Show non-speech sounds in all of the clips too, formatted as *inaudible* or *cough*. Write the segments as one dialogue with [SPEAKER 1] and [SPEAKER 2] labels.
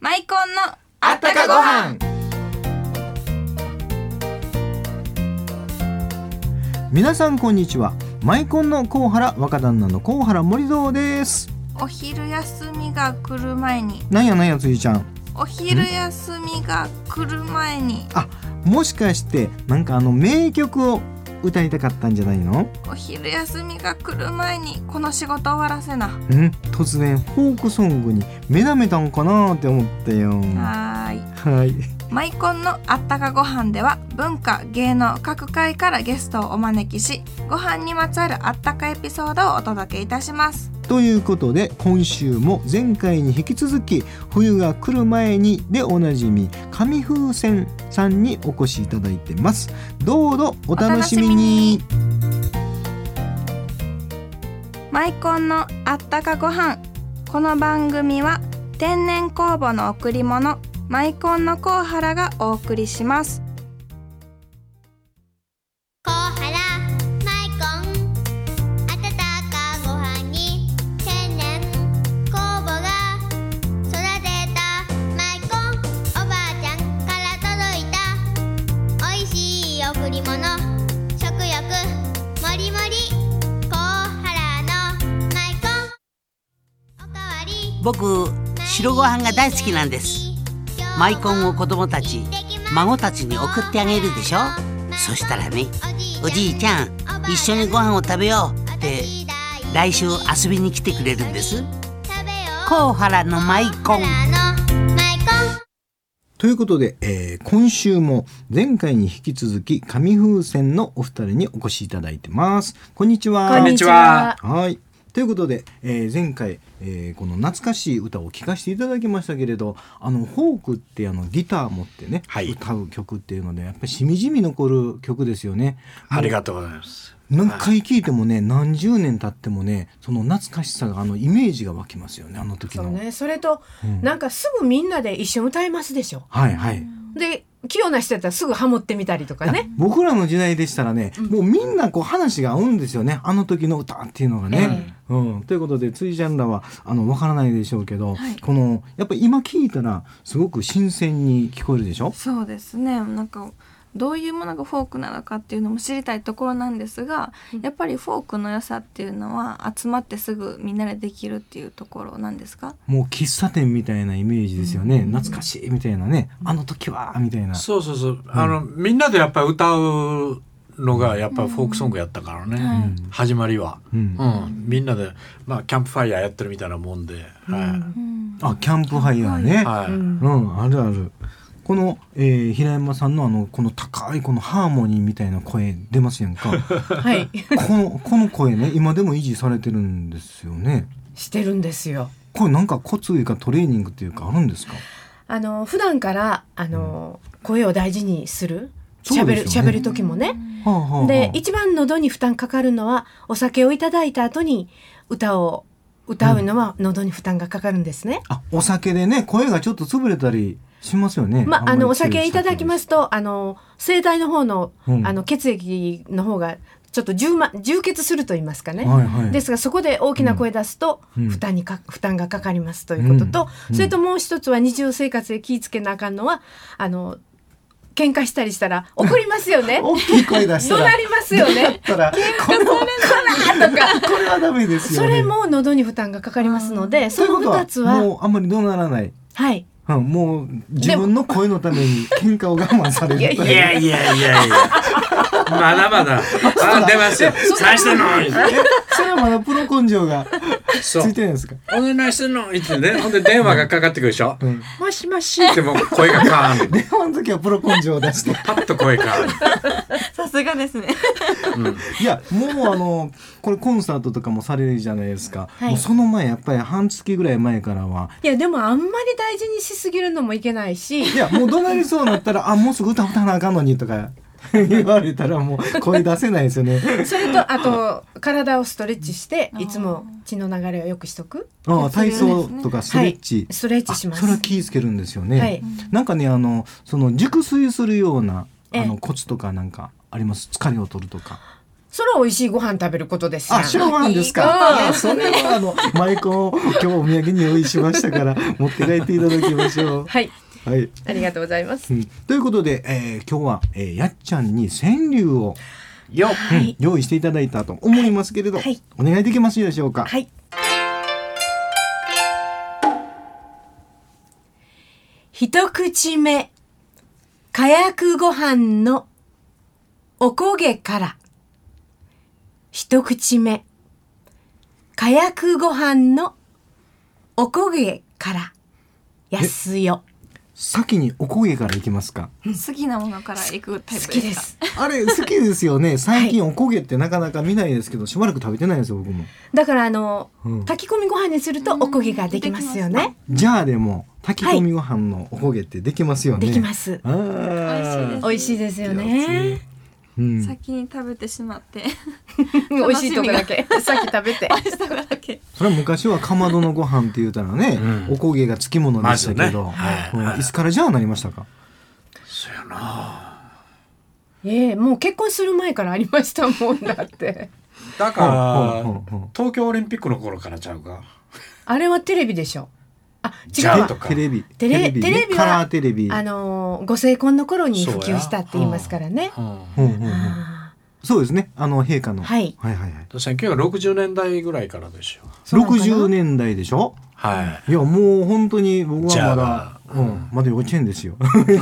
[SPEAKER 1] マイコンの
[SPEAKER 2] あったかご飯
[SPEAKER 3] 皆さんこんにちはマイコンのコウハラ若旦那のコウハラ森蔵です
[SPEAKER 1] お昼休みが来る前に
[SPEAKER 3] なんやなんやついちゃん
[SPEAKER 1] お昼休みが来る前に
[SPEAKER 3] もしかしてなんかあの名曲を歌いたかったんじゃないの
[SPEAKER 1] お昼休みが来る前にこの仕事終わらせな、
[SPEAKER 3] うん突然フォークソングに目覚めたんかなーって思ったよ
[SPEAKER 1] はーい
[SPEAKER 3] はい
[SPEAKER 1] マイコンのあったかご飯では文化芸能各界からゲストをお招きしご飯にまつわるあったかエピソードをお届けいたします
[SPEAKER 3] ということで今週も前回に引き続き冬が来る前にでおなじみ紙風船さんにお越しいただいてますどうぞお楽しみに
[SPEAKER 1] マイコンのあったかご飯この番組は天然酵母の贈り物マイコンのコウハラがお送りします
[SPEAKER 4] コウハラマイコン温かご飯に天然酵母が育てたマイコンおばあちゃんから届いたおいしい贈り物食欲もりもりコウハラのマイコンおかわり
[SPEAKER 5] 僕白ご飯が大好きなんですマイコンを子供たち孫たちに送ってあげるでしょそしたらねおじいちゃん一緒にご飯を食べようって来週遊びに来てくれるんですコウハラのマイコン
[SPEAKER 3] ということで、えー今週も前回に引き続き紙風船のお二人にお越しいただいてますこんにちは
[SPEAKER 2] こんにちは
[SPEAKER 3] はい。ということで、えー前回、えーこの懐かしい歌を聴かせていただきましたけれどあのフォークってあのギター持ってね、
[SPEAKER 2] はい
[SPEAKER 3] 歌う曲っていうのでやっぱりしみじみ残る曲ですよね。
[SPEAKER 2] ありがとうございます
[SPEAKER 3] 何回聴いてもね何十年経ってもねその懐かしさがあのイメージが湧きますよねあの時
[SPEAKER 6] そう
[SPEAKER 3] の。
[SPEAKER 6] ね、それと、なんかすぐみんなで一緒に歌いますでしょ。
[SPEAKER 3] はいはい、
[SPEAKER 6] で、器用な人やったらすぐハモってみたりとかね。
[SPEAKER 3] 僕らの時代でしたらね、もうみんなこう話が合うんですよねあの時の歌っていうのがね。うん、ということでついちゃんらはあのわからないでしょうけど、このやっぱり今聞いたらすごく新鮮に聞こえるでしょ
[SPEAKER 1] そうですねなんかどういうものがフォークなのかっていうのも知りたいところなんですが、やっぱりフォークの良さっていうのは集まってすぐみんなでできるっていうところなんですか
[SPEAKER 3] もう喫茶店みたいなイメージですよね、懐かしいみたいなねあの時はみたいな。
[SPEAKER 2] そうそうそうあの、みんなでやっぱり歌うのがやっぱりフォークソングやったからね、始まりは、
[SPEAKER 3] うん
[SPEAKER 2] うんみんなでまあキャンプファイヤーやってるみたいなもんで、はい
[SPEAKER 3] あキャンプファイヤーね、
[SPEAKER 2] はい、
[SPEAKER 3] うんあるある。この、えー平山さんのあのこの高いこのハーモニーみたいな声出ますや
[SPEAKER 2] *laughs*
[SPEAKER 3] んか
[SPEAKER 6] はい。
[SPEAKER 3] このこの声ね今でも維持されてるんですよね。
[SPEAKER 6] してるんですよ。
[SPEAKER 3] これなんかコツいうかトレーニングっていうかあるんですか。
[SPEAKER 6] あの、普段から、あの、声を大事にする。
[SPEAKER 3] そう
[SPEAKER 6] 喋る、
[SPEAKER 3] ですよね
[SPEAKER 6] 喋る時もね。
[SPEAKER 3] はあはあはあ
[SPEAKER 6] で、一番喉に負担かかるのは、お酒をいただいた後に歌を、歌うのは喉に負担がかかるんですね。
[SPEAKER 3] あお酒でね声がちょっと潰れたりしますよね。。
[SPEAKER 6] *laughs* まあ、あのお酒いただきますすとあの声帯の方の,、
[SPEAKER 3] うん
[SPEAKER 6] あの血液の方がちょっと充満充血すると言いますかね、
[SPEAKER 3] はいはい
[SPEAKER 6] ですがそこで大きな声出すと、
[SPEAKER 3] うん
[SPEAKER 6] 負担にか負担がかかりますということと、
[SPEAKER 3] うん
[SPEAKER 6] それともう一つは日常生活で気ぃつけなあかんのはあの喧嘩したりしたら怒りま
[SPEAKER 3] *laughs*
[SPEAKER 6] すよね。
[SPEAKER 3] 大きい声出した
[SPEAKER 6] 怒
[SPEAKER 3] ら。
[SPEAKER 6] 鳴りますよ
[SPEAKER 3] だっ
[SPEAKER 6] ね。
[SPEAKER 3] たらこれこれはダメですよ
[SPEAKER 6] そ
[SPEAKER 3] ね。
[SPEAKER 6] れも喉に負担がかかりますので、
[SPEAKER 3] とい
[SPEAKER 6] そうの
[SPEAKER 3] こと
[SPEAKER 6] 二つは、
[SPEAKER 3] もうあんまりどうならない。
[SPEAKER 6] はい、
[SPEAKER 3] うん、もう自分の声のために喧嘩を我慢される
[SPEAKER 6] いやい
[SPEAKER 2] いやいやいやいやまだ *laughs* まだあ出ますよ最初の
[SPEAKER 3] えそれはまだプロ根性がつ
[SPEAKER 2] そう
[SPEAKER 3] いてないんですか。
[SPEAKER 2] お願いしてんのってね、ほんで電話がかかってくるでしょ。
[SPEAKER 3] うん
[SPEAKER 2] もしもしってもう声がカーン。
[SPEAKER 3] 電話の時はプロ根性を出して。
[SPEAKER 2] パッと声カーン。
[SPEAKER 1] さすがですね
[SPEAKER 3] いやもうあのこれコンサートとかもされるじゃないですか、
[SPEAKER 6] はい
[SPEAKER 3] もうその前やっぱり半月ぐらい前からはい
[SPEAKER 6] やでもあんまり大事にしすぎるのもいけないし、
[SPEAKER 3] いやもう怒鳴りそうになったら「 *laughs* あもうすぐ歌歌わなあかんのに」とか *laughs* 言われたらもう声出せないですよね。
[SPEAKER 6] それとあと体をストレッチしていつも血の流れを良くしとく。
[SPEAKER 3] あ体操とかストレッチ、
[SPEAKER 6] はいストレッチしま
[SPEAKER 3] あ
[SPEAKER 6] す
[SPEAKER 3] それは気ぃつけるんですよね。
[SPEAKER 6] はい
[SPEAKER 3] なんかねあのその熟睡するようなあ
[SPEAKER 6] え
[SPEAKER 3] の
[SPEAKER 6] え
[SPEAKER 3] コツとかなんかあります疲れを取るとか。
[SPEAKER 6] それは美味しいご飯食べることですやん
[SPEAKER 3] あ、白ご飯です
[SPEAKER 6] いい
[SPEAKER 3] か。
[SPEAKER 6] か
[SPEAKER 3] あそれはあのマイコンを今日お土産に用意しましたから持って帰っていただきましょ
[SPEAKER 6] はい、
[SPEAKER 3] う。はい。
[SPEAKER 6] ありがとうございます
[SPEAKER 3] う。んということで、えー今日は、えーやっちゃんに川柳を
[SPEAKER 2] よっ
[SPEAKER 3] うん用意していただいたと思いますけれど、
[SPEAKER 6] はい
[SPEAKER 3] お願いできますでしょうか。
[SPEAKER 6] はい。一口目、かやくご飯のおこげから。一口目、かやくご飯のおこげから。安よ。
[SPEAKER 3] 先におこげからいきますか。
[SPEAKER 1] 好きなものから行くタイ
[SPEAKER 6] 好
[SPEAKER 1] プ
[SPEAKER 6] き
[SPEAKER 1] で
[SPEAKER 6] です
[SPEAKER 1] か
[SPEAKER 6] す。
[SPEAKER 3] あれ好きですよね。最近おこげってなかなか見ないですけど、しばらく食べてないんですよ僕も。
[SPEAKER 6] だからあの、
[SPEAKER 3] うん
[SPEAKER 6] 炊き込みご飯にするとおこげができますよね。
[SPEAKER 3] じゃあでも炊き込みご飯のおこげってできますよね。。
[SPEAKER 6] できますす。
[SPEAKER 3] あ
[SPEAKER 1] 美味しいです
[SPEAKER 3] ー
[SPEAKER 6] 美味しいですよね。
[SPEAKER 3] うん
[SPEAKER 1] 先に食べてしまって
[SPEAKER 6] 美味しいとこだけ。さっき食べて。
[SPEAKER 1] 明日からだけ
[SPEAKER 3] それは昔はかまどのご飯って言うたらね、
[SPEAKER 2] うん
[SPEAKER 3] おこげがつきものでしたけど、
[SPEAKER 2] まずねは
[SPEAKER 3] う
[SPEAKER 2] い
[SPEAKER 3] んいつからじゃあなりましたか。
[SPEAKER 2] そうやな
[SPEAKER 6] ええもう結婚する前からありましたもんだ *laughs* って。
[SPEAKER 2] だ
[SPEAKER 3] ほうほうほう
[SPEAKER 2] か
[SPEAKER 3] ほう
[SPEAKER 2] ら東京オリンピックの頃からちゃうか
[SPEAKER 6] あれはテレビでしょ。あ、違
[SPEAKER 2] じ
[SPEAKER 6] う
[SPEAKER 2] ゃあ
[SPEAKER 6] わ
[SPEAKER 2] と。か
[SPEAKER 3] テレビ、
[SPEAKER 6] テレ
[SPEAKER 3] ね
[SPEAKER 6] テレビは
[SPEAKER 3] カラーテレビ。
[SPEAKER 6] あのーご成婚の頃に普及したって言いますからね。
[SPEAKER 2] うん
[SPEAKER 3] うんうんうん
[SPEAKER 6] あ
[SPEAKER 3] そうですね。あの陛下の。
[SPEAKER 6] はい
[SPEAKER 3] はいはいはい。
[SPEAKER 2] 1960年代ぐらいからでしょ
[SPEAKER 6] ーそうなのか
[SPEAKER 3] 六
[SPEAKER 6] な
[SPEAKER 3] 十年代でしょ。
[SPEAKER 2] はい
[SPEAKER 3] いやもう本当に僕はまだ、
[SPEAKER 2] じゃあ
[SPEAKER 3] うん、まだ幼稚園です
[SPEAKER 6] *laughs*
[SPEAKER 3] よ。
[SPEAKER 1] 私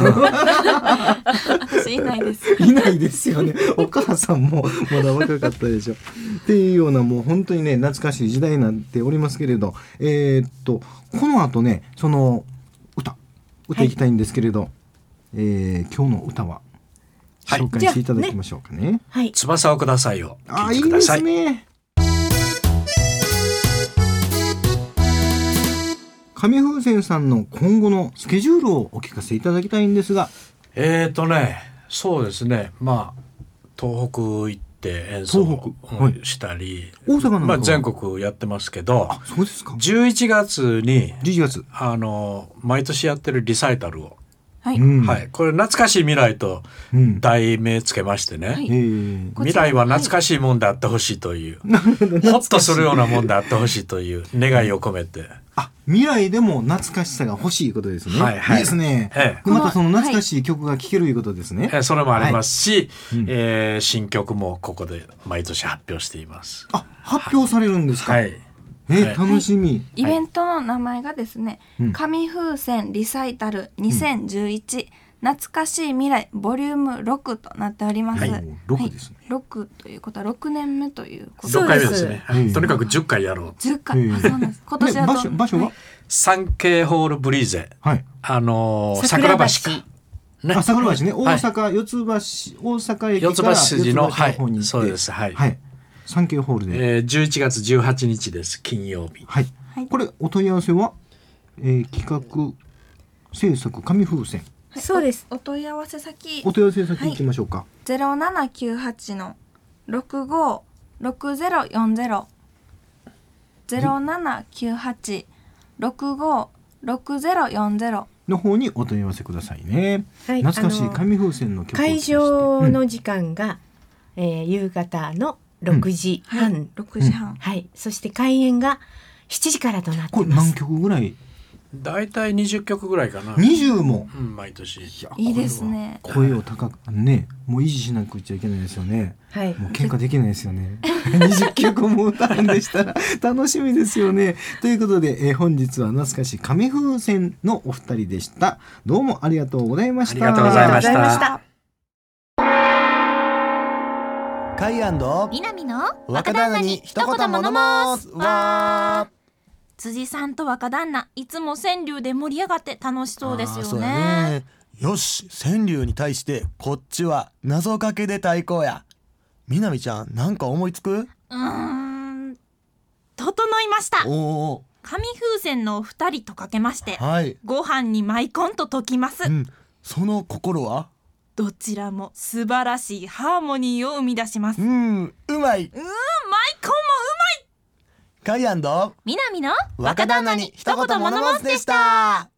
[SPEAKER 1] いないです
[SPEAKER 3] いないですよね。お母さんもまだ若かったでしょ。っていうようなもう本当にね懐かしい時代になっておりますけれど、えーっとこの後ねその歌歌いきたいんですけれど、えー今日の歌は
[SPEAKER 2] はい
[SPEAKER 3] 紹介していただきましょうかね。
[SPEAKER 6] はい。
[SPEAKER 2] 翼をくださいよ
[SPEAKER 3] ああ
[SPEAKER 2] 聞
[SPEAKER 3] い
[SPEAKER 2] い
[SPEAKER 3] い
[SPEAKER 2] てく
[SPEAKER 3] で
[SPEAKER 2] ださ
[SPEAKER 3] す
[SPEAKER 2] い
[SPEAKER 3] ね。上風船さんの今後のスケジュールをお聞かせいただきたいんですが、
[SPEAKER 2] えーとねそうですねまあ東北行って演奏
[SPEAKER 3] 東北
[SPEAKER 2] う
[SPEAKER 3] は
[SPEAKER 2] ん
[SPEAKER 3] い
[SPEAKER 2] したり
[SPEAKER 3] 大阪なんかは
[SPEAKER 2] まあ全国やってますけど
[SPEAKER 3] そうですか。
[SPEAKER 2] 11月に
[SPEAKER 3] 11月。
[SPEAKER 2] あの毎年やってるリサイタルを、
[SPEAKER 1] はい、
[SPEAKER 3] うん
[SPEAKER 2] はい、これ「懐かしい未来」と
[SPEAKER 3] うん。
[SPEAKER 2] 題名つけましてね、
[SPEAKER 1] はい
[SPEAKER 3] えー
[SPEAKER 1] こ
[SPEAKER 2] 未
[SPEAKER 1] ちら
[SPEAKER 2] 来は懐かしいもんであってほしいという、ほっとするようなもんであってほしいという願いを込めて、
[SPEAKER 3] あ未来でも懐かしさが欲しいことですね。
[SPEAKER 2] はいはい
[SPEAKER 3] ですね。
[SPEAKER 2] え
[SPEAKER 3] またその懐かしい曲が聴けるいうことですね。
[SPEAKER 2] ええそれもありますし、
[SPEAKER 3] はいうん
[SPEAKER 2] えー新曲もここで毎年発表しています。
[SPEAKER 3] あ発表されるんですか。
[SPEAKER 2] はい、
[SPEAKER 3] えー
[SPEAKER 2] はい
[SPEAKER 3] 楽しみ。
[SPEAKER 1] イベントの名前がですね「
[SPEAKER 3] うん
[SPEAKER 1] 紙風船リサイタル2011、懐かしい未来ボリューム6」となっております。
[SPEAKER 3] はい
[SPEAKER 1] はい
[SPEAKER 3] 六ですね
[SPEAKER 1] 6ということは6年目ということ
[SPEAKER 6] そう
[SPEAKER 2] 6
[SPEAKER 6] です
[SPEAKER 2] 回目ですね、はい
[SPEAKER 3] うん
[SPEAKER 2] とにかく10回やろう
[SPEAKER 1] 10回、
[SPEAKER 3] へえ
[SPEAKER 1] あそうなんです今年
[SPEAKER 3] ね
[SPEAKER 1] はど
[SPEAKER 3] 場所場所は、
[SPEAKER 2] 三景ホールブリーゼ
[SPEAKER 3] はい。
[SPEAKER 2] あのー
[SPEAKER 6] 桜橋
[SPEAKER 2] 桜橋か、ね
[SPEAKER 3] あ、桜橋ね、大
[SPEAKER 2] はい
[SPEAKER 3] 阪、四つ橋、大阪駅から
[SPEAKER 2] 四つ橋筋の
[SPEAKER 3] 四つ橋方に行って
[SPEAKER 2] はいそうですはい
[SPEAKER 3] はい。サンキューホールで。
[SPEAKER 2] えー、11月18日です金曜日
[SPEAKER 3] はい
[SPEAKER 1] はい。
[SPEAKER 3] これ、お問い合わせは、えー企画、制作、紙風船。
[SPEAKER 1] はい
[SPEAKER 6] そうです。
[SPEAKER 1] おお問い合わせ先
[SPEAKER 3] お問い合わせ先行きましょうか。
[SPEAKER 1] 0798の656040 0798 656040
[SPEAKER 3] の方にお問い合わせくださいね。
[SPEAKER 6] はい
[SPEAKER 3] 懐かし
[SPEAKER 6] あ
[SPEAKER 3] い
[SPEAKER 6] の
[SPEAKER 3] 紙風船の曲を
[SPEAKER 6] 会場の時間が、えー夕方の6時半、はい。
[SPEAKER 1] 6時半、
[SPEAKER 6] そして開演が7時からとなって
[SPEAKER 3] こ
[SPEAKER 6] い
[SPEAKER 3] れ
[SPEAKER 6] ま
[SPEAKER 3] 何
[SPEAKER 6] す。
[SPEAKER 3] 曲ぐらい
[SPEAKER 2] 大体20曲ぐらいかな、
[SPEAKER 3] ?20 も。
[SPEAKER 2] うん、毎年
[SPEAKER 3] や
[SPEAKER 1] いいですね
[SPEAKER 3] 声を高くねもう維持しなくちゃいけないですよね
[SPEAKER 6] はい。
[SPEAKER 3] もう喧嘩できないですよね20曲も歌うんでしたら楽しみですよねということで、えー本日は懐かしい紙風船のお二人でしたどうもありがとうございました
[SPEAKER 2] ありがとうございました
[SPEAKER 6] ありがとうございました。
[SPEAKER 7] カイアンド
[SPEAKER 4] 南の
[SPEAKER 7] 若旦那に一言物申すわ
[SPEAKER 8] 辻さんと若旦那いつも川柳で盛り上がって楽しそうです
[SPEAKER 7] あー
[SPEAKER 8] よ
[SPEAKER 7] そうや
[SPEAKER 8] ね
[SPEAKER 7] ねよし川柳に対してこっちは謎かけで対抗やみなみちゃんなんか思いつく
[SPEAKER 8] うーん整いました
[SPEAKER 7] おお
[SPEAKER 8] 紙風船のお二人とかけまして
[SPEAKER 7] ーはい
[SPEAKER 8] ご飯に舞い込んと解きます
[SPEAKER 7] うんその心は
[SPEAKER 8] どちらも素晴らしいハーモニーを生み出します
[SPEAKER 7] う
[SPEAKER 8] 舞い
[SPEAKER 7] んうまい
[SPEAKER 8] 込も
[SPEAKER 7] カイアンド
[SPEAKER 8] 南の
[SPEAKER 7] 若旦那に一言物申すでした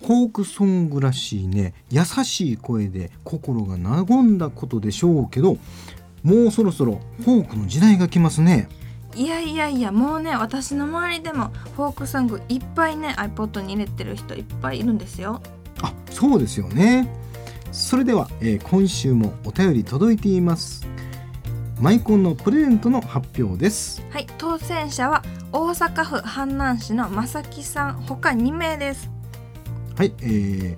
[SPEAKER 3] フォークソングらしいね優しい声で心が和んだことでしょうけどもうそろそろフォークの時代が来ますね
[SPEAKER 1] いやいやいやもうね私の周りでもフォークソングいっぱいね iPod に入れてる人いっぱいいるんですよ
[SPEAKER 3] あそうですよねそれでは、えー今週もお便り届いていますマイコンのプレゼントの発表です
[SPEAKER 1] はい当選者は大阪府阪南市のまさきさん他2名です
[SPEAKER 3] はい、えー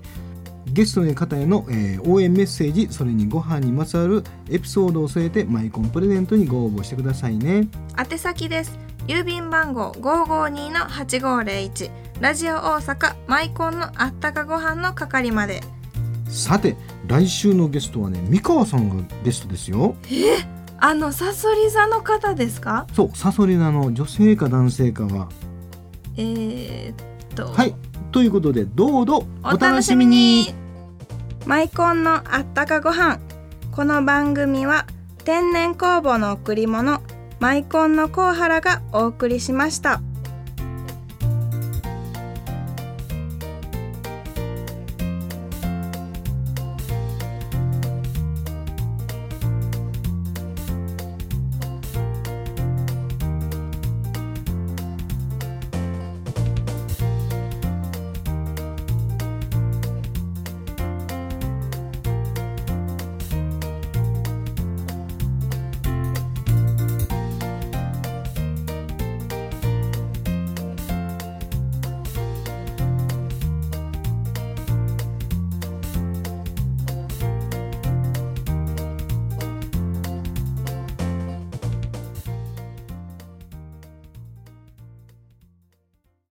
[SPEAKER 3] ゲストの方への、えー応援メッセージそれにご飯にまつわるエピソードを添えてマイコンプレゼントにご応募してくださいね
[SPEAKER 1] 宛先です郵便番号552-8501ラジオ大阪マイコンのあったかご飯の係まで
[SPEAKER 3] さて来週のゲストはね三河さんがゲストですよ
[SPEAKER 1] あのサソリ座の方ですか
[SPEAKER 3] そうサソリナの女性か男性かは
[SPEAKER 1] えー、っと
[SPEAKER 3] はいということでどうぞ
[SPEAKER 1] お楽しみにマイコンのあったかご飯この番組は天然酵母の贈り物マイコンのコウハラがお送りしました